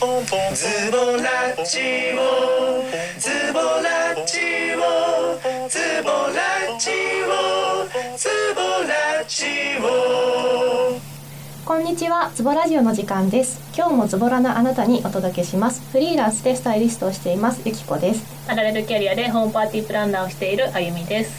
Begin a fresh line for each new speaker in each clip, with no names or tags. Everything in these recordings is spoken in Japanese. ポンポンズボラジオズボラジオズボラジオズボラジオ
こんにちは、ズボラジオの時間です。今日もズボラなあなたにお届けします。フリーランスでスタイリストをしています、ゆきこです。
アラレルキャリアでホームパーティープランナーをしているあゆみです。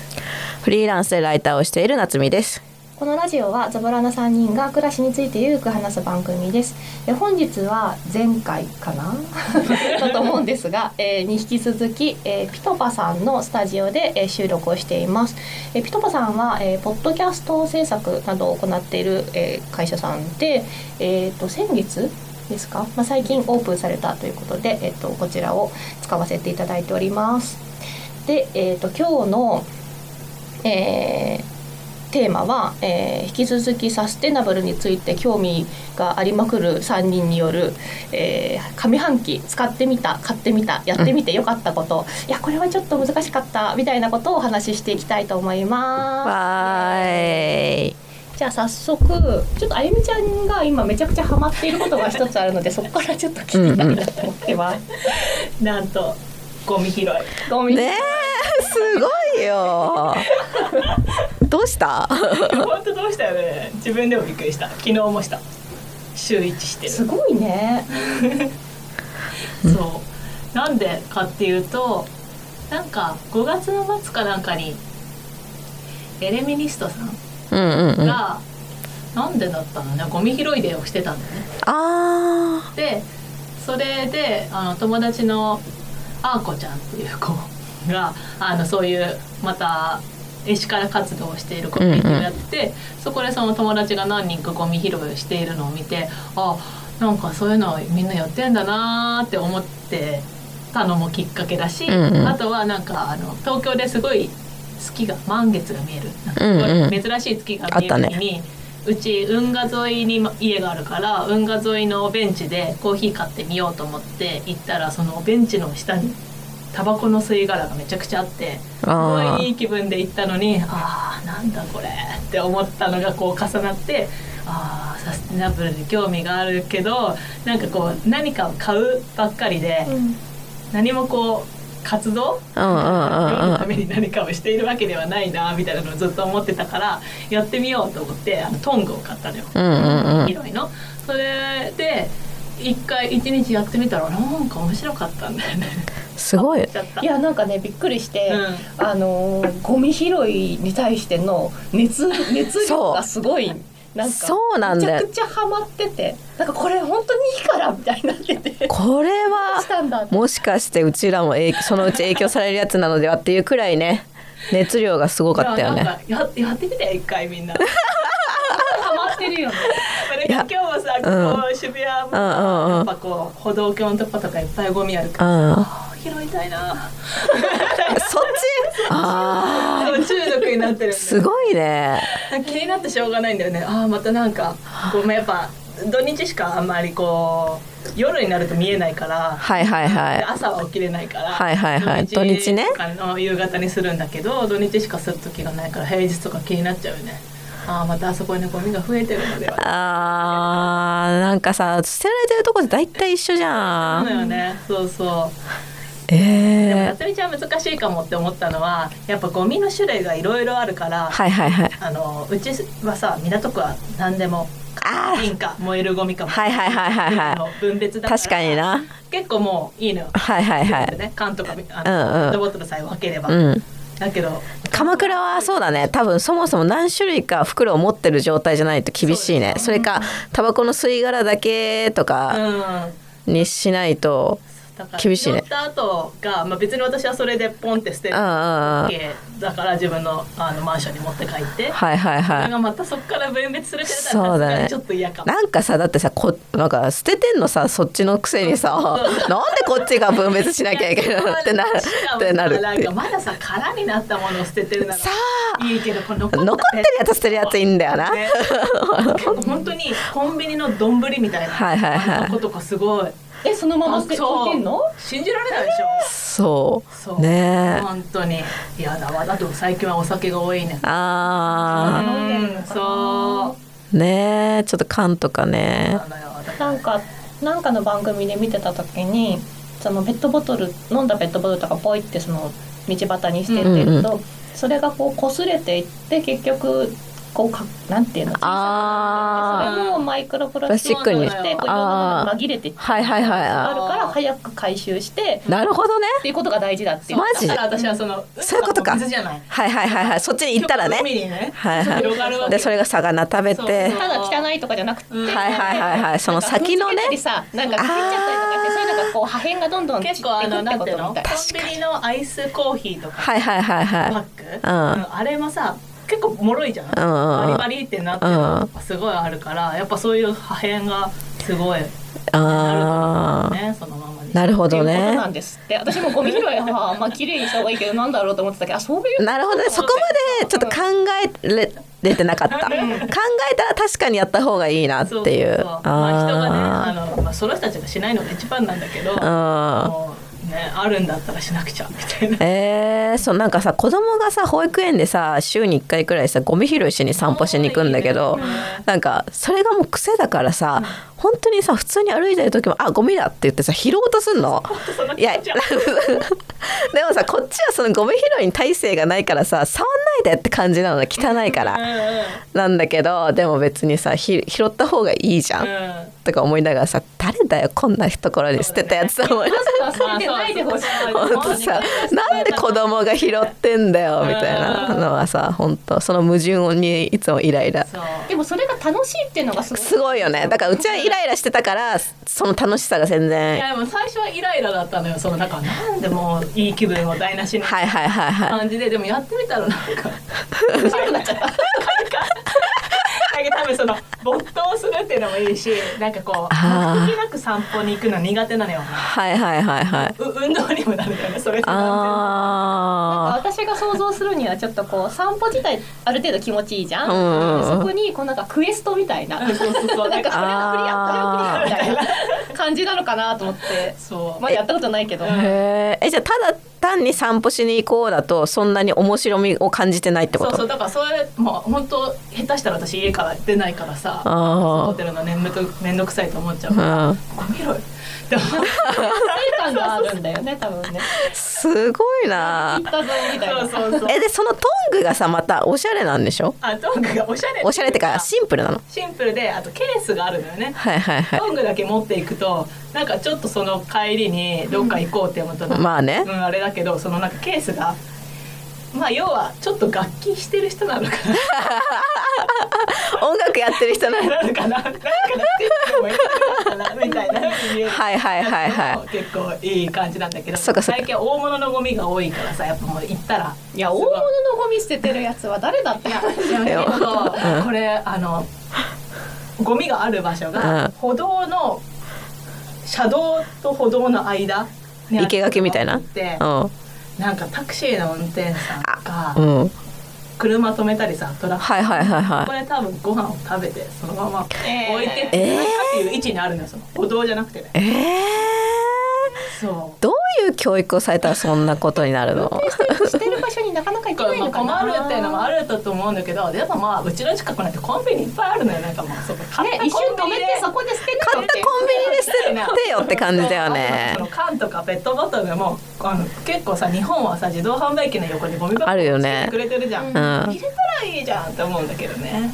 フリーランスでライターをしている夏美です。
このラジオはズボラな3人が暮らしについてゆるく話す番組です。え本日は前回かな だと思うんですが、えーに引き続き、えーピトパさんのスタジオで、えー収録をしています。えーピトパさんは、えーポッドキャスト制作などを行っている、えー会社さんで、えー、と先月ですか、まあ、最近オープンされたということで、えー、とこちらを使わせていただいております。で、えー、と今日の、えーテーマは、えー引き続きサステナブルについて興味がありまくる3人による、えー上半期使ってみた買ってみたやってみてよかったこと、いやこれはちょっと難しかったみたいなことをお話ししていきたいと思いま
わーい。
す。じゃあ早速ちょっとあゆみちゃんが今めちゃくちゃハマっていることが一つあるのでそこからちょっと聞きたいなと思ってます。
なんとゴミ 拾い。
ごめん
ねえ、すごいよ。どうした？
本当どうしたよね。自分でもびっくりした。昨日もした。週一してる。
すごいね。
そう。なんでかっていうと、なんか5月の末かなんかにエレミニストさん
うんうんうん。あ
が、なんでだったのねゴミ拾いデーをしてたんだよね。
あ
でそれであの友達のあーこちゃんっていう子が あのそういうまたエシカル活動をしているコミュニティをやって、そこでその友達が何人かゴミ拾いをしているのを見てあなんかそういうのみんなやってんだなーって思ってたのもきっかけだし、
うんうん
あとはなんかあの東京ですごい月が満月が見えるなんか
うんうん
すごい珍しい月が見える時に、うち運河沿いにま家があるから運河沿いのベンチでコーヒー買ってみようと思って行ったらそのベンチの下にタバコの吸い殻がめちゃくちゃあってす
あー
ごいいい気分で行ったのにあーなんだこれって思ったのがこう重なってあーサステナブルに興味があるけどなんかこう何かを買うばっかりで何もこう活動
うんうん
世
うんう
の
ん
た。めに何かをしているわけではないなみたいなのをずっと思ってたからやってみようと思ってあのトングを買ったのよ、
うんうんうん。
広いのそれで一回一日やってみたらなんか面白かったんだよね
すご
買
い
っ。ちゃった
いやなんかねびっくりして。
う
あのーゴミ拾いに対しての熱熱量がすごいなんか
そうなんだよ
めちゃくちゃハマっててなんかこれ本当にいいからみたいになっててど
これ
う
は
したんだって
もしかしてうちらも影そのうち影響されるやつなのではっていうくらいね、熱量がすごか
ん
ったよ
い
ね。
やなんかややってみて一回みんな
ハマってるよね
それ
いや
が今日もさ、
うん
こう渋谷もやっ
うんうんうん
ぱこう歩道橋のとことかいっぱいゴミある
う
から、
ん。
あー拾いたいな
そっち？あ
多分中毒になってるん
あ、
だよ
すごいね。
気になってしょうがないんだよねああまたなんかごめんやっぱ土日しかあんまりこう夜になると見えないから
はいはいはい
で。朝は起きれないから、
はいはいはい土日ね
とかの夕方にするんだけど土日しかする時がないから平日とか気になっちゃうよねああまたあそこにゴミが増えてるのでは
あーなんかさ捨てられてるとこで大体一緒じゃ
そうだ
ん。
よねそうそうでも
えー、
夏美ちゃん難しいかもって思ったのはやっぱゴミの種類がいろいろあるから、
はいはいはい。
あのうちはさ港区は何でも
あー
金か燃えるゴミかも
はいはいはいはいはい
あの分別だから
確かにな。
結構もういいのよ、
はいはいはい。
ね缶とかあ
うんう
の、ペッ
ん
トボトルさえ分ければ、
うん。
だけど
鎌倉はそうだね多分そもそも何種類か袋を持ってる状態じゃないと厳しいねそれかタバコの吸い殻だけと
うん
かにしないと、
だから
厳しいね
拾った後が、まあ、別に私はそれでポンって捨て
うん、
る
うんうん
わ
はい
けだから自分のあのマンションに持って帰って、
はい
そ
は
れ
い
がまたそこから分別するってなったら
そうだ
さすが
ね
にちょっと嫌かも
なんかさだってさこなんか捨ててんのさそっちのくせにさなんでこっちが分別しなきゃいけないのっ てなる
しか
っ
も
てなるって
なんかまださ空になったものを捨ててるなら
さ
いいけどこれ残
残ってるやつ捨てるやついいんだよな。
ね、結構本当にコンビニの丼みたいな
はいはいはい
あのことかすごい
えそのまま
あ
捨て
そう
置いてんの
信じられないでしょ
そ
そう
う。ね
本当に嫌だわだと最近はお酒が多いね
え。あ
飲んでんの
うん
かな
そう
あ。ねえ、ちょっと缶とかね
な。のよだか
なんかなんかの番組で見てた時にそのペットボトル飲んだペットボトルとかポイってその道端に捨ててると、それがこう擦れていって結局こうかなんていうの小さくなって
あ
そ
ー
れもマイクロプラスチックにしてこういろんなものに紛れて
ーはいはい
あ
は
るから早く回収して
いなるほどね
っていうことが大事だっていう
マジ
だから私はその
そういうことか
水じゃない
はいはいはいはいそっちに行ったらね
海にね
はいは
広がるわ
い
け
でそれが魚食べて
ただ汚いとかじゃなくて、
うん
はいはいはいはいその先のね
なんか踏んづけたりさなんか切っちゃったりとかしてそういうのがこう破片がどんどん散って
結
いく
構あの
っ
な
て
ん
こ
ていう
と
の
み
コ
た
ン
いな
ビニのアイスコーヒーとか
はいはいはいはい
パック、
うん
あれもさ結構脆いじゃん、
うんうんう
バ
ん
リバリってなってるのがすごいあるからやっぱそういう破片がすごい
あ
ねそのままに
ーなるほど
っていうこと
ね
なんですって私もゴミ拾いはまあ綺麗にした方がいいけどなんだろうと思ってたけどあそういう
なるほどねそこまでちょっと考えれれてなかった考えたら確かにやった方がいいなって
そう
いう
そうまあ、人がね
あ
あの、まあ、その人たちがしないのが一番なんだけど
ーうん
もうねあるんだったらしなくちゃみたいな。
えー、そうなんかさ子供がさ保育園でさ週に1回くらいさゴミ拾いしに散歩しに行くんだけど
うん
なんかそれがもう癖だからさ、本当にさ普通に歩いてる時も「あゴミだ」って言ってさ拾おうとすんの
そんな気持ち
いや で
じゃ
もさこっちはそのゴミ拾いに耐性がないからさ触んないでって感じなの汚いから、なんだけどでも別にさひ拾った方がいいじゃん、
うん
とか思いながらさ誰だよこんなところに捨てたやつと思いなが
の忘れ
ら
てないでほしい
本当さなんで子供が拾ってんだよみたいなのはさ本当その矛盾にいつもイライラ
そう
でもそれが楽しいっていうのがすごい
すごいよねだからうちはイライラしてたからその楽しさが全
い
然
やでも最初はイライラだったのよそのなんかなんでもういい気分を台無しに
はいはいはいはい
感じででもやってみたらなんか面白くなっちゃった。なんかなんか多分その没頭するっていうのもいいしなんかこう
あー
目的なく散歩に行くの苦手なのよ。
はいはいはいはいう
運動にもなるよねそれって完
なん
あ
か私が想像するにはちょっとこう散歩自体ある程度気持ちいいじゃん、
うんうんうん
でそこにこうなんかクエストみたいな、
全にそうそうそう
なんかこれはクリア
あー
これはクリアみたいな感じなのかなと思って
そう
まあやったことないけど、
ーへーえじゃあただ単に散歩しに行こうだとそんなに面白みを感じてないってこ
そう
と
そうだからそれもう本当下手したら私家から出ないからさ
あー
ホテルの面倒く面倒くさいと思っちゃうから、
うん
ゴミ拾いでも
達成感があるんだよね多分ね
すごいな
行ったぞみたいな
そうそうそう
えでそのトングがさまたおしゃれなんでしょ
あトングがおしゃれ
おしゃれってか
シ
シンプルなの
ンプルであとケースがあるのよね
はいはいはい
トングだけ持っていくとなんかちょっとその帰りにどっか行こうって思ったら、
まあね
うん、あれだけどそのなんかケースがまあ要はちょっと楽器してる人なのか
音楽やってる人な
な な
の
のかななんかなってもいいのかなみたいな
はいはいはいは
結構いい感じなんだけど
そっかそっか
最近は大物のゴミが多いからさやっぱもう行ったら
いや大物のゴミ捨ててるやつは誰だって
いや
よ
結構これあのゴミがある場所
うん
が歩道の車道と歩道の間に
い生垣みたいな
で
う
なんかタクシーの運転手さん
ん
が
うん
車止めたりさトラック
はいはいはい
こ
は
れ多分ご飯を食べてそのまま置
えー
いてって
えー
っていう位置にあるのよその歩道じゃなくてね
いえー、
そ
どういう教育をされたらそんなことになるの
捨てる場所になかなか行
う
けない
まあ
のかな
困るっていうのもあるだと思うんだけどでもまあうちの近くなんてコンビニいっぱいあるのよなんかもうそこ買っ
ね
た
一瞬
コ
止
ンビ
め
ニ
て
で
そこで捨てる
買ったコンビニで捨ててよって感じだよね
その缶とかペットボトルもあの結構さ日本はさ自動販売機の横にゴミ箱
あるよ
つけ
ね
てくれてるじゃん、
う
入れたらいいじゃんって思うんだけどね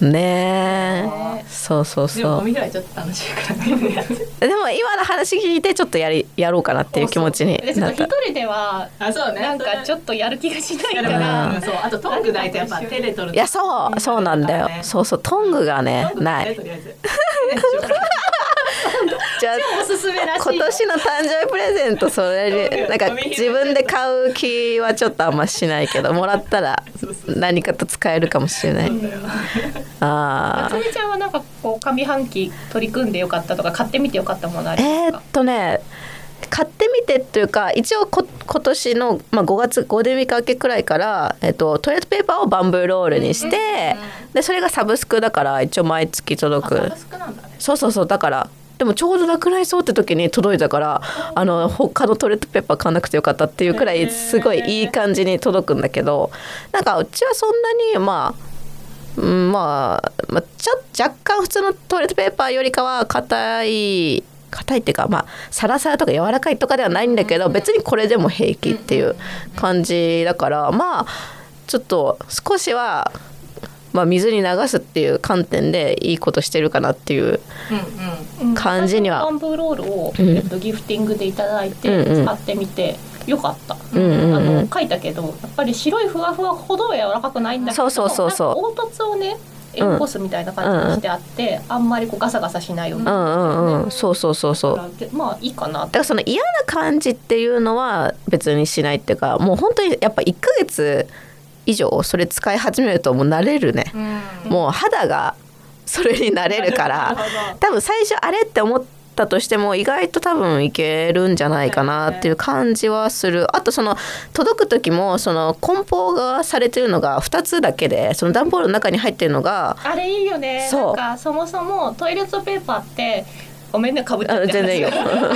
んねえそうそう
でも
そ
ゴ
う
ミ拾いちょっと楽しいからね
でも今の話聞いてちょっとやりやろうかなっていう気持ちに
でちょ
な
っ
っ
と
た
一人では
あそうね
なんかちょっとやる気がしないか
う
ら
うんそうあとトングないとやっぱ手で取る
いやそうそうなんだよそうそうトングがね
トング
な
だね
い
とりあえず
じゃあ
おすすめらしい
今年の誕生日プレゼントそれでなんか自分で買う気はちょっとあんましないけどもらったら何かと使えるかもしれないあ
つみちゃんはなんかこう上半期取り組んでよかったとか買ってみてよかったものあ
ー
りま
え
す
ー
か
っ、とね買ってみてっていうか一応こ今年の、まあ、5月ゴールデンウィーク明けくらいから、えっと、トイレットペーパーをバンブーロールにしてでそれがサブスクだから一応毎月届く
サブスクなんだね
そうそうそうだからでもちょうどなくなりそうって時に届いたからあの他のトイレットペーパー買わなくてよかったっていうくらいすごいいい感じに届くんだけどなんかうちはそんなにまあうんまあ、まあ、ちょ若干普通のトイレットペーパーよりかは硬い硬いっていうかまあサラサラとか柔らかいとかではないんだけど別にこれでも平気っていう感じだからまあちょっと少しは、まあ、水に流すっていう観点でいいことしてるかなっていう
うんうん
感じには
バンブーロールを、
うん
えっと、ギフティングでいただいて
うんうん
使ってみてよかった、
うんうん
あ
う
の
ん
書いたけどやっぱり白いふわふわほどは柔らかくないんだけど
そうそうそうそう
なんか凹凸をね円コスみたいな感じにしてあって、あんまりこうガサガサしないように
う
なっ
んうんうんそうそうそうそう
てるからでまあいいかなっ
だか
て
らその嫌な感じっていうのは別にしないっていうかもう本当にやっぱ1ヶ月以上それ使い始めるともう慣れるね、もう肌がそれに慣れるから多分最初あれって思ったとしても意外と多分いけるんじゃないかなっていう感じはするあとその届く時もその梱包がされてるのが2つだけでその段ボールの中に入ってるのが
あれいいよね
そう
なんかそもそもトイレットペーパーってごめんねかぶっちゃって
あ全然いいよ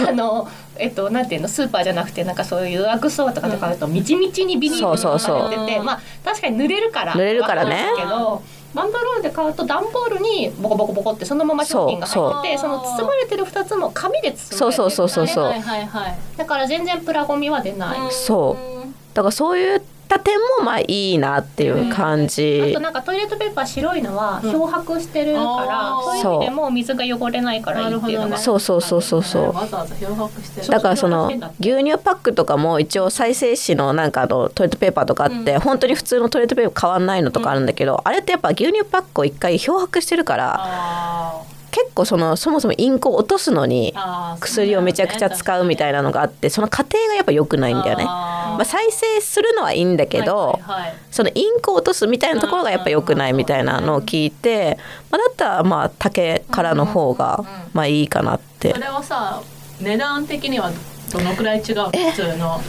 あのえっとなんていうのスーパーじゃなくてなんかそういうアクストアとかで買うとみちみちにビニール
そうそうそう
が入っててまあ確かに濡れるから
濡れるからね
わんないけどバンブロールで買うと段ボールにボコボコボコってそのまま商品が入っててそ
そう
の包まれてる2つも紙で包まれてる
そうそうそうそうそう
はいはいはい
だから全然プラゴミは出ない、
は
あ
い
そうだからそういった点もまあいいなっていう感じ
と。なんかトイレットペーパー白いのは
うん
漂白してるから、
あー
そういう意味でも水が汚れないからいいっていうのが
そうそうそうそうそう
わざわざ漂白してる
だからその牛乳パックとかも一応再生紙のなんかあのトイレットペーパーとかあって、本当に普通のトイレットペーパー変わんないのとかあるんだけど、あれってやっぱ牛乳パックを一回漂白してるから
あ
結構そのそもそもインクを落とすのに
ーあー
薬をめちゃくちゃ使うみたいなのがあってその過程がやっぱ良くないんだよね。
あー
まあ、再生するのはいいんだけど、
はいはいはい
そのインクを落とすみたいなところがやっぱ良くないみたいなのを聞いて、まあ、だったらまあ竹からの方がまあいいかなって
それはさ値段的にはどのくらい違うの
え
普通の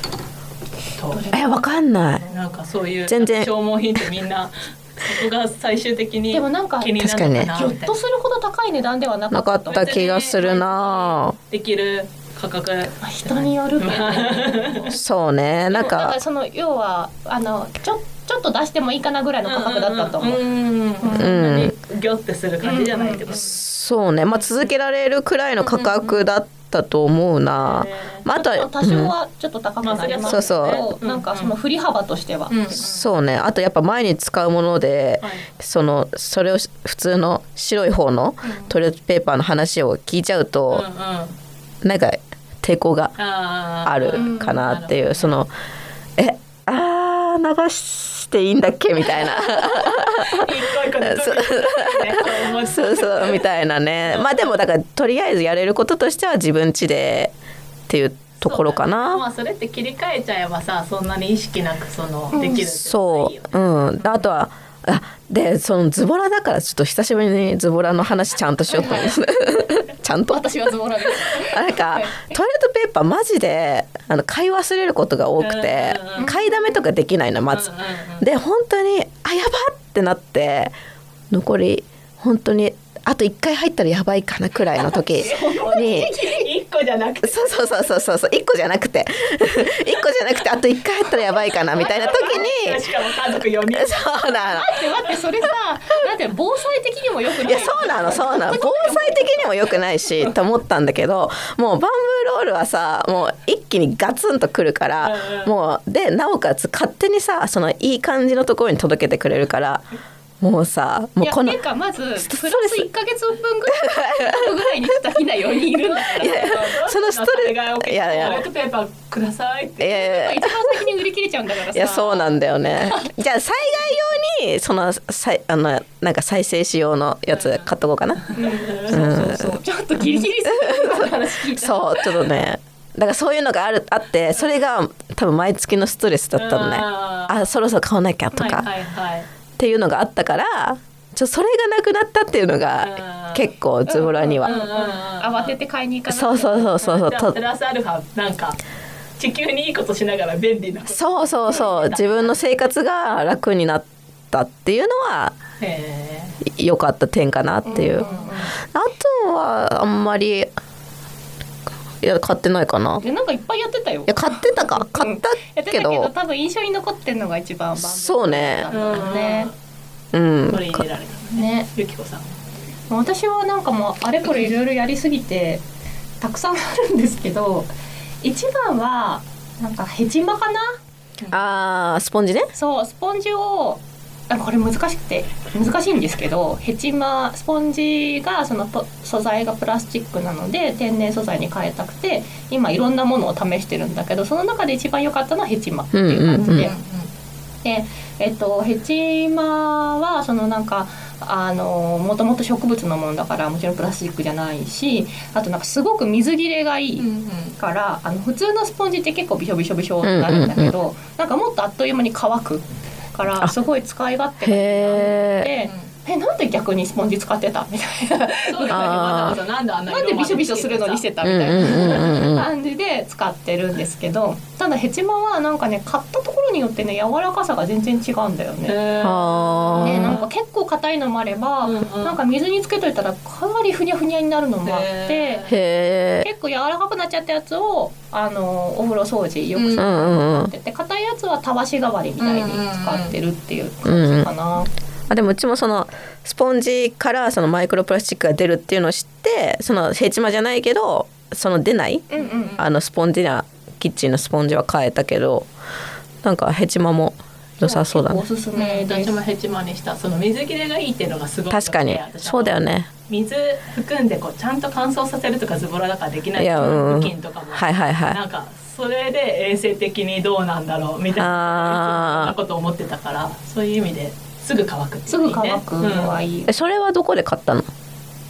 と
えわかんない
なんかそういう
全然
消耗品ってみんなそこが最終的に
でもなんか
気になるのかな
ぎょっ
みたい
とするほど高い値段ではなか
な
った
かった気がするな
なできる価格
まあ人によるけど
そうねなん
なん
か
かその要はあのちょちょっと出してもいいかなぐらいの価格だったと思う、
うんんそんなにギョってする感じじゃないってこと
そうねまあ続けられるくらいの価格だったと思うな、まあ、あと
ちょ
は
っと多少はちょっと高くなりますけど、
そうそう
なんかその振り幅としては、
うん
そうねあとやっぱ前に使うもので、
はい
そのそれをし普通の白い方のトイレットペーパーの話を聞いちゃ
う
う
ん
と
う、んあ
なんか抵抗が
ー
あるかなっていう、そのえあー流していいんだっけみた いな
一個一個で取り入れてね面白い
そうそうみたいなねまあでもだからとりあえずやれることとしては自分家でっていうところか
そうだねま
な
あそれって切り替えちゃえばさそんなに意識なくそのできる
そう,、うんあとはあでそのズボラだからちょっと久しぶりにズボラの話ちゃんとしようと思います ちゃんと
私はズボラです
あなんかトイレットペーパーマジであの買い忘れることが多くて
うんうんうん
買いだめとかできないのまず
うんうんうん
で本当にあやばってなって残り本当にあと1回入ったらやばいかなくらいの時 に
一個じゃなくて
そうそうそうそうそうそう1個じゃなくて1 個じゃなくてあと1回入ったらやばいかなみたいな時に
しかも家族4人
そうなの。
待って待ってそれさなんて防災的にもよくない
いやそうなのそうなの防災的にも良くないしと思ったんだけどもうバンブーロールはさもう一気にガツンとくるから
うんうん
もうでなおかつ勝手にさそのいい感じのところに届けてくれるからもうさも
いうや
この
てかまずプラス
ストレス
1か月分ぐらいぐらいにしたひな4人いるんだから
そのストレスい
い
や
や
い
い
や
やトイレットペーパーくださいっ
い
て
やいや
一番先に売り切れちゃうんだからさ
いやそうなんだよねじゃあ災害用にそのさいあのなんか再生紙用のやつ買っとこうかな
そうそうそうちょっとギリギリすぎる話聞いた
そうちょっとねだからそういうのがあるあってそれが多分毎月のストレスだったのね
あー
あそろそろ買わなきゃとか、
はいはいはい
っていうのがあったからちょそれがなくなったっていうのが
うん
結構ズボラには、
うんうんうん
慌てて買いに行かない
そうそうそうそうそう
じゃあ
と
プラスアルファなんか地球にいいことしながら便利なこと
そうそうそう自分の生活が楽になったっていうのは
へ
良かった点かなっていう、あとはあんまりいや買ってないかない
やなんかいっぱいやってたよ
いや買ってたか
うん
買っ
や
た
って
け
たけど
ど
多分印象に残ってるのが一番
そうね
バンドだったんだろうね
うん
取り入れられたのね
ね
ゆきこさん
私はなんかもうあれこれいろいろやりすぎてたくさんあるんですけど一番はなんかヘチマかな
あースポンジね
そうスポンジをあこれ難しくて難しいんですけどヘチマスポンジがそのと素材がプラスチックなので天然素材に変えたくて今いろんなものを試してるんだけどその中で一番良かったのはヘチマっていう感じで。
うんうんうん
で、えっと、ヘチマはそのなんかあのもともと植物のものだからもちろんプラスチックじゃないしあとなんかすごく水切れがいい。からあの普通のスポンジって結構びしょびしょびしょになるんだけど、なんかもっとあっという間に乾くから
あ
すごい使い勝手がいいなっ
へ
てえなんで逆にスポンジ使ってたみたいな
そうだよね
あー
わざわざなんであんな
なんでびしょびしょするのにしてた
ーう
み
ん
たいな。
うんうんうんうん
感じで使ってるんですけどただヘチマはなんかね買ったところによってね柔らかさが全然違うんだよね。
あ
ね、
ー
なんか結構硬いのもあれば、
うんうん
なんか水につけといたらかなりふにゃふにゃになるのもあって
へ
へえ
結構柔らかくなっちゃったやつをあのお風呂掃除よく
う
使
ん
うんうんうん
ってて硬いやつはたわし代わりみたいに使ってるっていう感じかな。
あでもうちもそのスポンジからそのマイクロプラスチックが出るっていうのを知ってそのヘチマじゃないけどその出ない
うんうん
あのスポンジなキッチンのスポンジは変えたけどなんかヘチマも良さそうだ
お
ね
すすめ
ね、
で
私
す。
もヘチマにしたその水切れがいいっていうのがすごい
確かにそうだよね
水含んでこうちゃんと乾燥させるとかズボラだからできないい
やうん
布巾とかも、
はいはいは
なんかそれで衛生的にどうなんだろうみたい
あー
なそんなこと思ってたからそういう意味ですぐ乾くってい
す
うのい
ぐ
いね
乾く
うん
のはいい。
いえそれはどこで買ったの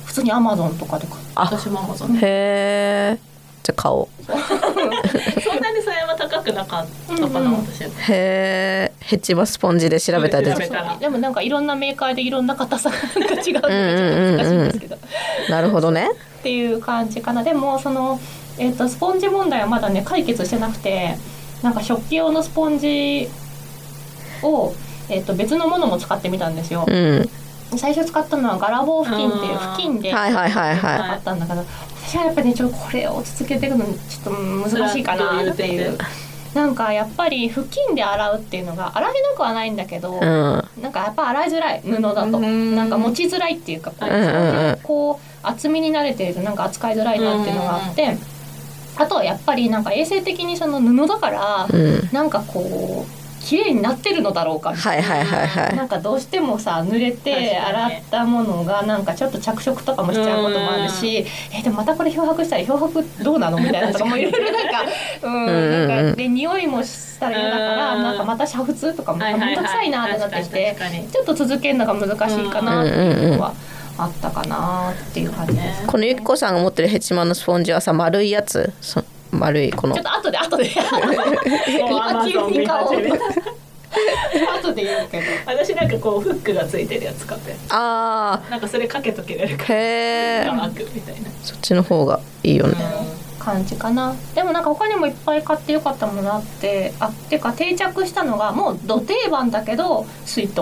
普通にアマゾンとかで買って
あ
私ももそんな
へえじゃあ買おう
そんなにそれは高くなかったかな、
うんうん
私は
へえヘチマスポンジで調べたら出
調
て
べたら
でもなんかいろんなメーカーでいろんな硬さがなんか違うのが
うんうんうんうん
ちょっと難しいんですけど。
なるほどね
っていう感じかなでもその、えっとスポンジ問題はまだね解決してなくてなんか食器用のスポンジを、えっと別のものも使ってみたんですよ
う。ん
最初使ったのはガラボー布巾っていう布巾で
はいはいはいは
使ったんだけど、私はやっぱりねちょっとこれを続けていくのにちょっと難しいかなってい
それはどういう
う
点。
なんかやっぱり布巾で洗うっていうのが洗えなくはないんだけど、
いうん
なんかやっぱ洗いづらい布だと
うん
なんか持ちづらいっていうかこう
うんうんうん
こう厚みに慣れてるとなんか扱いづらいなっていうのがあってあとはやっぱりなんか衛生的にその布だから
うん
なんかこう綺麗になってるのだろうか
はいはいはい
な
は
んかどうしてもさ濡れて
確かに
洗ったものがなんかちょっと着色とかもしちゃうこともあるしえでもまたこれ漂白したら漂白どうなのみたいなとかもいろいろなんかうん
うん
なんかで匂いもしたら嫌だから
うん
なんかまた煮沸とかも
は
ないんか
は
め
い
んどくさいなってなってきて
確かに確か
ちょっと続けるのが難しいかなっていうのはあったかなっていう感じです。
いこのゆきこさんが持ってるヘチマのスポンジはさ丸いやつそ丸いこの
ちょっと後で後 で
にもう
今急
Amazon
に
見
顔
始めた
後で言うけど。
私なんかこうフックがついてるやつ買って
あ
なんかそれかけとけれるか
ーへえ
ら乾くみたいな、
そっちの方がいいよね
感じかなでもなんか他にもいっぱい買ってよかったものあってあってか定着したのがもうど定番だけど水筒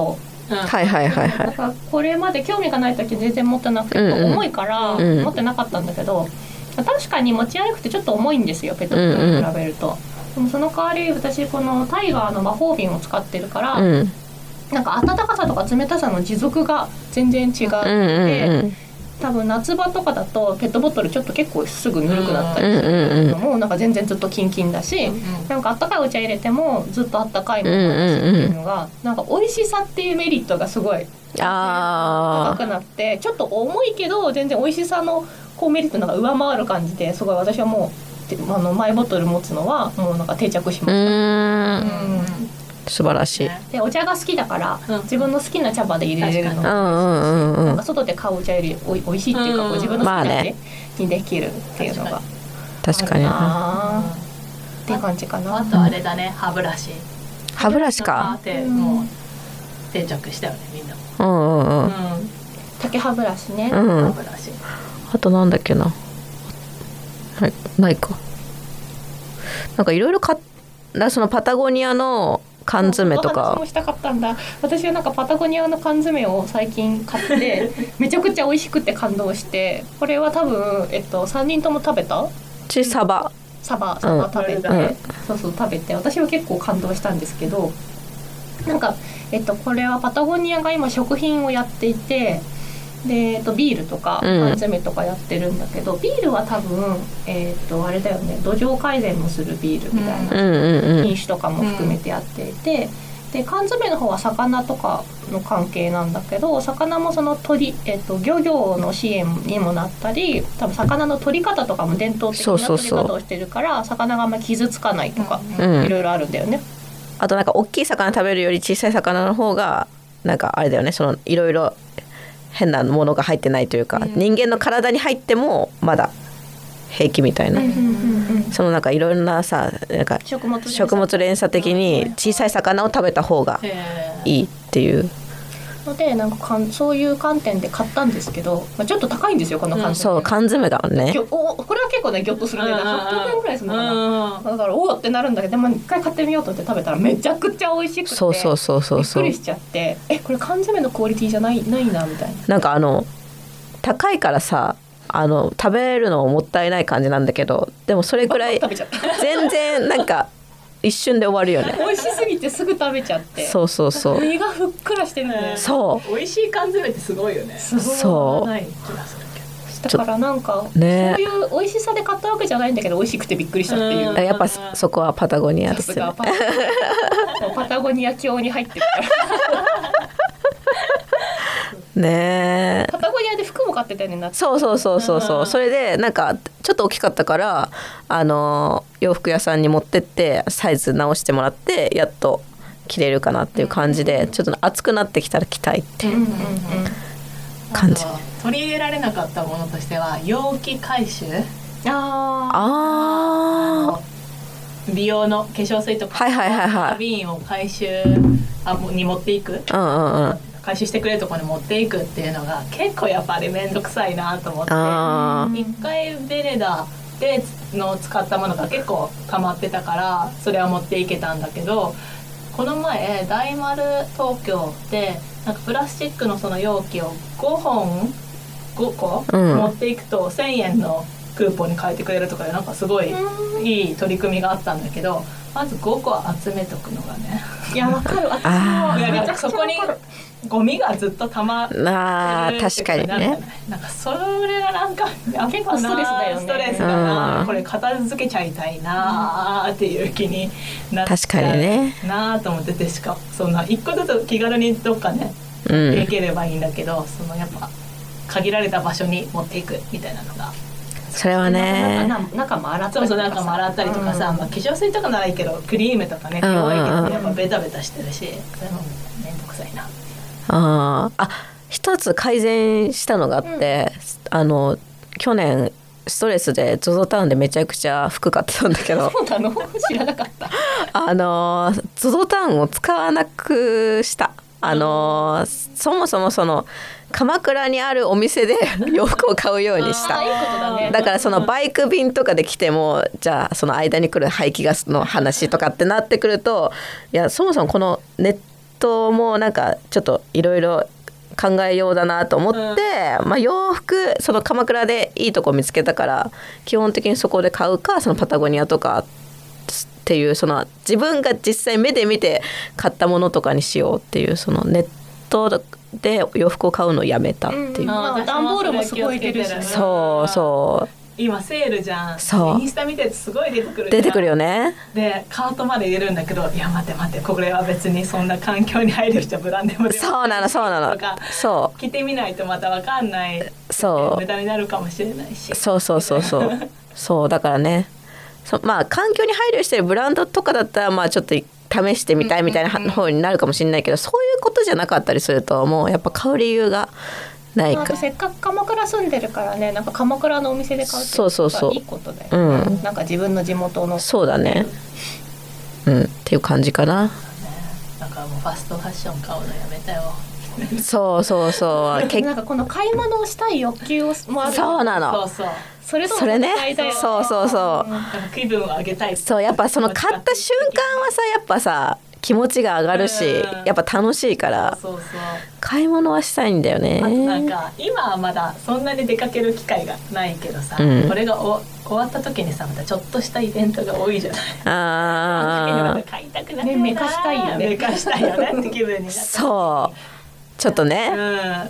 うん
はいはいはいは
だ
い
からこれまで興味がない時全然持ってなくて、
うんうん
重いから
うん
持ってなかったんだけど、確かに持ち歩くてちょっと重いんですよペットボトルに比べると、でもその代わり私このタイガーの魔法瓶を使ってるから、
うんうん
なんか暖かさとか冷たさの持続が全然違って、
うんうん
多分夏場とかだとペットボトルちょっと結構すぐぬるくなった
う
り
んうんうん
もうなんか全然ずっとキンキンだし、なんかあったかいお茶入れてもずっとあったかいものだしっていうのが、なんか美味しさっていうメリットがすごい高
あ
くなってちょっと重いけど全然美味しさのこうメリットの方が上回る感じですごい私はもうてあのマイボトル持つのはもうなんか定着し
ーう
ました。
ーん
うん
素晴らしい
ね
でお茶が好きだから、
うん
自分の好きな茶葉で入れれるの
う
なん
うんうんうん
んか外で買うお茶よりおい美味しいっていうか、
う
こ
ん
う自分の好き
まあ
な
ね
味にできるっていうのが
確かにな
あーって感じかな。
あとあれだね歯ブラシ
歯ブラシか
でもう定着したよねみんなも
うんうんうん
うん
竹歯ブラシね、
う
歯
ん
ブラシ
あとなんだっけなはいないかなんかいろいろ買っだそのパタゴニアの缶詰と
私
か
もしたかったんだ私はなんかパタゴニアの缶詰を最近買って めちゃくちゃ美味しくて感動してこれは多分、えっと、3人とも食べた
ちサバ
サバサバ食べて、
うん
うん
そうそう食べて私は結構感動したんですけどなんか、えっと、これはパタゴニアが今食品をやっていてで、えっと、ビールとか
うん
缶詰とかやってるんだけど、ビールは多分、えっと、あれだよね土壌改善もするビールみたい
うん
な
うんうん
品種とかも含めてやっていて。で缶詰の方は魚とかの関係なんだけど魚もその鳥、えっと、漁業の支援にもなったり多分魚の取り方とかも伝統的
そう
な
そう
取り
そう
方をしてるから魚があんまり傷つかないとか
う
い
ん
ろいろあるんだよね。
あとなんか大きい魚食べるより小さい魚の方がなんかあれだよねそのいろいろ変なものが入ってないというか、人間の体に入ってもまだ平気みたいな、そのなんかいろんなさなんか
食物連鎖
食物連鎖的に小さい魚を食べた方が
へ
いいっていう、
のでなんかかんそういう観点で買ったんですけど、まあ、ちょっと高いんですよこの缶
そう缶詰がね
ぎょおこれは結構ねぎょっとする値段800円ぐらいするのかな
な
だからおおってなるんだけどでも一回買ってみようと思って食べたらめちゃくちゃ美味しくて
そうそうそうそうそう
びっくりしちゃってえこれ缶詰のクオリティじゃないないなみたいな
なんかあの高いからさあの食べるのもったいない感じなんだけどでもそれくらい
食べちゃった
全然なんか一瞬で終わるよね
美味しすぎてすぐ食べちゃって
そうそうそう
身がふっくらしてるんだよね
そ
美味しい缶詰ってすごいよね
すごい
そう
ない気がするけど
だからなんか、
ね
そういう美味しさで買ったわけじゃないんだけど美味しくてびっくりしたっていう
う
うんやっぱそこはパタゴニア
さ
ですす
が
よ
パタゴニアパタゴニア教に入ってるから
ねえ
パタゴニアで服も買ってたよね夏
そうそうそうそうそううんそれでなんかちょっと大きかったからあの洋服屋さんに持ってってサイズ直してもらってやっと着れるかなっていう感じでちょっと暑くなってきたら着たいっていう感じ
あと取り入れられなかったものとしては容器回収
あ
あ
美容の化粧水とか
はいはいはいはい
瓶を回収あもに持っていく
あうんうんうん
回収してくれるところに持っていくっていうのが結構やっぱり面倒くさいなと思って
あー
一回ベレダでの使ったものが結構溜まってたからそれは持っていけたんだけどこの前大丸東京でなんかプラスチックのその容器を5本5個
うん
持っていくと1,000円のクーポンに変えてくれるとかいうなんかすごいいい取り組みがあったんだけどまず5個集めとくのがね。
ーいやわかる
あ
私も
ー
いや
めち
な
ゃ
んか
くちゃ
そ
わ
こ
か
に
る
ゴミがずっと溜まってる
あー
ってことなるじゃない
確
なんかそれがなんか
結構ストレスだよね
ストレスだな、
うん
これ片付けちゃいたいなーっていう気になっ
確かにね
なーと思っててしかもそんな一個ずつ気軽にどっかね
う
行
ん
ければいいんだけど、そのやっぱ限られた場所に持っていくみたいなのが
それ
な
は
ん
ね
か中中も洗った
そう
り
そ
と
う
か
な
さ
んかも洗ったりとかさ、
うん
まあ、化粧水とかならいいけどクリームとかね
うんうんう
弱
ん
いけどやっぱベタベタしてるしそれも面倒くさいな。
あーあ一つ改善したのがあって、あの去年ストレスで ZOZO タウンでめちゃくちゃ服買ってたんだけ ど
そうなの知らなか った
あのー ZOZO タウンを使わなくしたあのーそもそもその鎌倉にあるお店で 洋服を買うようにし
あ
た
いいことだね
だからそのバイク便とかで来てもじゃあその間に来る排気ガスの話とかってなってくるといやそもそもこのネットもなんかちょっといろいろ考えようだなと思って、まあ、洋服その鎌倉でいいとこ見つけたから基本的にそこで買うかそのパタゴニアとかっていうその自分が実際目で見て買ったものとかにしようっていうそのネットで洋服を買うのをやめたっていう。
んまあ段ボールもすごい出るしね
そうそう
う今セールじゃん
そう
インスタ見ててすごい出てくるじゃ
出
ん
てくるよね
でカートまで入れるんだけどいや待て待てこれは別にそんな環境に配慮したブランドもでも
そうなのそうなの
とか
そ
着てみないとまたわかんないう
そ
無駄になるかもしれないし
うそうそうそうそうそうだからねそまあ環境に配慮してるブランドとかだったらまあちょっと試してみたいみたいな方になるかもしれないけどそういうことじゃなかったりするともうやっぱ買う理由がない
なん
か
かせっかく鎌倉住んでるからねなんか鎌倉のお店で買うって
そうそうそう
いいことだよ、
うん
なんか自分の地元の
そうだねうんっていう感じかな
だからもうファストファッション買うのやめたよ
そうそ うそう
でも
結
なんかこの買い物をしたい欲求をもある
そうな
そう
の
そう
それとも
それね
買いたい
そうそうそう
だから気分を上げたい
そうやっぱその買った瞬間はさやっぱさ気持ちが上がるし、
うん
やっぱ楽しいから
そうそう
買い物はしたいんだよね
あとなんか今はまだそんなに出かける機会がないけどさ、
うん
これがお終わった時にさまたちょっとしたイベントが多いじゃない
あー
買いたく なるよな
ねめかしたいよね
めかしたいよねって気分になった
そうちょっと
う
ね、
ん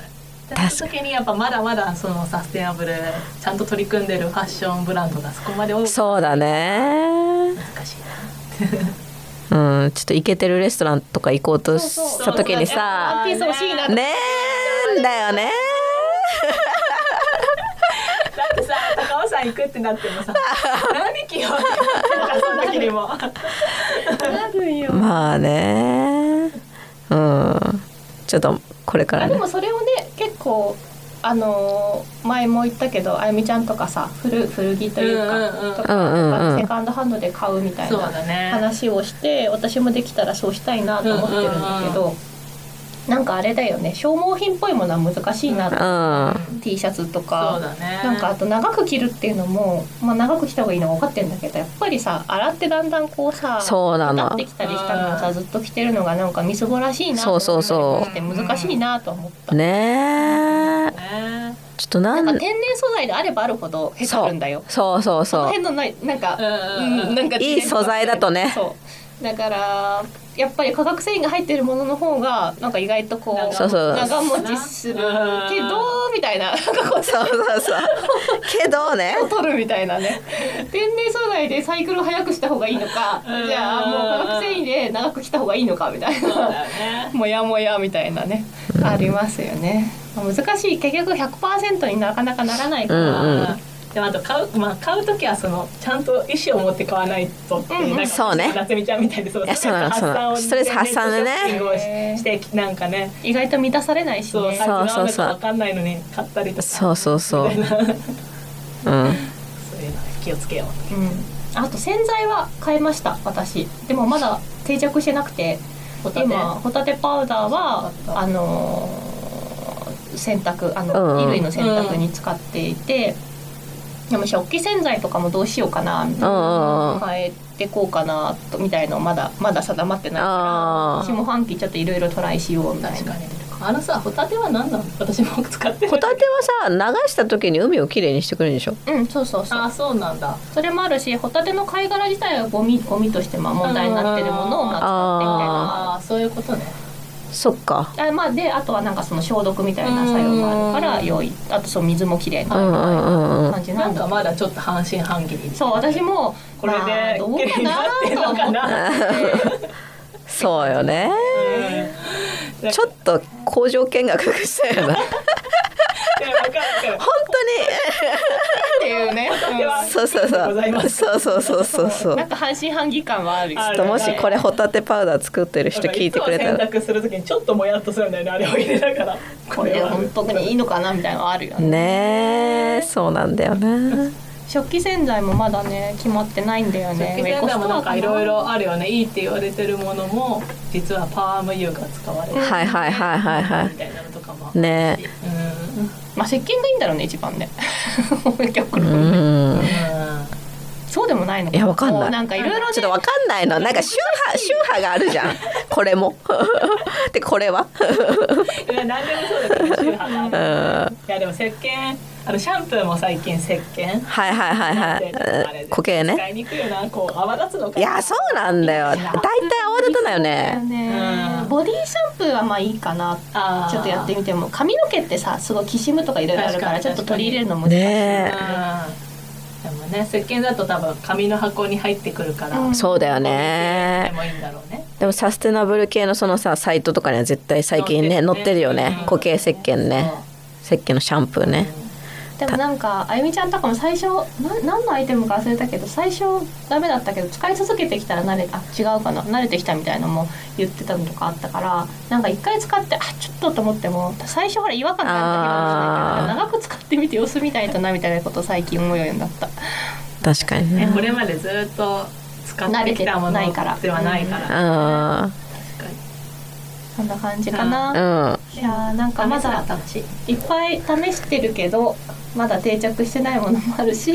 その時にやっぱまだまだそのサステナブルちゃんと取り組んでるファッションブランドがそこまで多く
そうだね
難しい
うんちょっとイケてるレストランとか行こうとした時に
ワ
さ
ンピース欲しいなって
ねえだよね
なだってさ高尾山行くってなってもさ何着ようなんかその時にも
なるよ
まあねうんちょっとこれから
あで
ね
もそれをね結構あのー前も言ったけどあゆみちゃんとかさ古古着というか,、
うんうんうん
と
う
か
んうんうん
セカンドハンドで買うみたい
そう
な
だね
話をして、私もできたらそうしたいなと思ってるんだけど、なんかあれだよね消耗品っぽいものは難しいなと、
うん、
T シャツと
そう
か。
だね
なんかあと長く着るっていうのも、まあ、長く着た方がいいのは分かってるんだけどやっぱりさ洗ってだんだんこうさ
そうな
なっ
の
てきたりしたのをさずっと着てるのがなんかみすぼらしいな
そうそうそう
って難しいなと思った、
ねえ
ね
ちょっとな
なん
ん
か天然素材であればあるほど減って
そ
るんだよ
うそうそう
その
そう
辺のないなんか、
うんうんうん
なんか
いい素材だとね
そうだからやっぱり化学繊維が入ってるものの方がなんか意外とこう
そうそう
長持ちするけどみたいななんかこう
そうそうそうけどね
取るみたいな ね天然素材でサイクルを早くした方がいいのか
うん
じゃあもう化学繊維で長く着た方がいいのかみたい
そう
な
だよね
もやもやみたいなね、ありますよねまあ難しい結局100%になかなかならないから、
うんうん
でもあと買う、まあ、買う時はそのちゃんと意思を持って買わないとっていう、
うんうん
なんか
そうね
夏美ちゃんみたいでそ
いやそうなのそうなのストレス発散でね
ショッピングをしてしてなんかね
意外と満たされないし
そう
ね
う
そう
そ
そうう
そう
そう分かんないのに買ったりとか
そうそうそう
みたいな
う
そ
ん
ういうの気をつけよう
うん、あと洗剤は買いました私でもまだ定着してなくて
ホタテ
今ホタテパウダーは
そうだった
あのー洗濯あの、
うんうん
衣類の洗濯に使っていて、でも食器洗剤とかもどうしようかなみたい
うんうんうん
な変えてこうかなとみたいのまだまだ定まってないから
あー
私も半期ちょっといろいろトライしようみたい
確
な
かにあのさホタテは何なの私も使ってる
ホタテはさ流した時に海をきれいにしてくれるんでしょ
うんそうそうそう
あそうなんだ
それもあるしホタテの貝殻自体はゴミゴミとしてまあ問題になってるものをまあ使ってみたいなのが
あーそういうことね
そっか
あまあ、であとはなんかその消毒みたいな作用もあるから良いあとそう水もきれいに
う
なん
うんうんうん
感じ
な
なん
ん
だ
かまだちょっと半信半疑に
そう私も
これで
まあ、どうかなとは思
綺麗にな ってんのかな
っ て
そうよね
うんなんか
ちょっと工場見学したよ
いや
な本
わかるわかる
っていうね、
では
当にそうそう
ございます
そうそうそうそうそう
なんか半信半疑感はある
あ
ちょっ
る
ともしこれホタテパウダー作ってる人聞いてくれた
なん
ら
かいつも洗濯するときにちょっともやっとするんだよねあれを入れながら
これ本当にいいのかなみたいなのはあるよね
ねえそうなんだよね
食器洗剤もまだね決まってないんだよね
食器洗剤もなんかいろいろあるよねいいって言われてるものも実はパーム油が使われてる
はいはいはいはいは
みたいなのとかも
いねえ
うん
まあ石鹸がいいんだろうね一番ね 逆に
うん
そうでもないのか
いやわかんない
もうなんかいろいろ
ちょっとわかんないのなんか宗派宗派があるじゃんこれも でこれは
いや何でもそうだけど周波
うん
が
はい
いやでも石鹸あのシャンプーも最近石鹸
はいはいはいうん固
使
形ね
いにくいよなこう泡立つのか
いやそうなんだよ大体泡立たないよね
ね
うん
ボディシャンプーはまあいいかな
あー
ちょっとやってみても髪の毛ってさすごいきしむとかいろいろあるから
確
ち
か
ょ
に
っと取り入れるのも難しい
ね
うんでもね石鹸だと多分紙の箱に入ってくるから、
うん
えそうだよ
で
ね
もいいんだろうね
でもサステナブル系のそのさサイトとかには絶対最近ね載
載っ
っ
てて
る
る
よ
よ
ね
ね
固形石鹸ね石鹸のシャンプーね
でもなんかあゆみちゃんとかも最初な何のアイテムか忘れたけど最初ダメだったけど使い続けてきたら慣れあ違うかな慣れてきたみたいなのも言ってたのとかあったからなんか一回使ってあちょっとと思っても最初ほら違和感があったりもしないから長く使ってみて様子見ないとなみたいなことを最近思うようになった
確かに
ね
ね
これまでずっと使ってきたもの
慣れてないから
ではないから、
うん
そんな感じかな、
うん
いやーなんかまだ
楽しい
いっぱい試してるけどまだ定着してないものもある し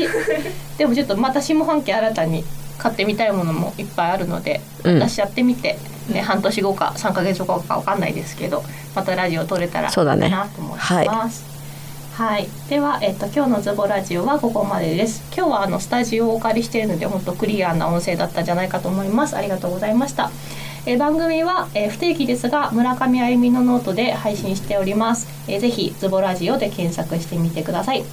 でもちょっとまた下半期新たに買ってみたいものもいっぱいあるので、
うん
私やってみてね、半年後か3か月後かわかんないですけどまたラジオ撮れたらいい
そうだね
なと思います。はい、では、えっと、今日のズボラジオはここまでです。今日はあのスタジオをお借りしているので、本当クリアな音声だったんじゃないかと思います。ありがとうございました。えー番組は、えー不定期ですが、村上あゆみのノートで配信しております。えーぜひズボラジオで検索してみてください。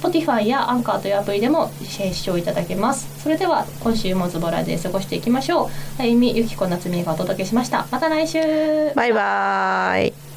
Spotify や Anchor というアプリでもえー視聴いただけます。それでは今週もズボラで過ごしていきましょう。あゆみゆきこなつみがお届けしました。また来週。
バイバーイ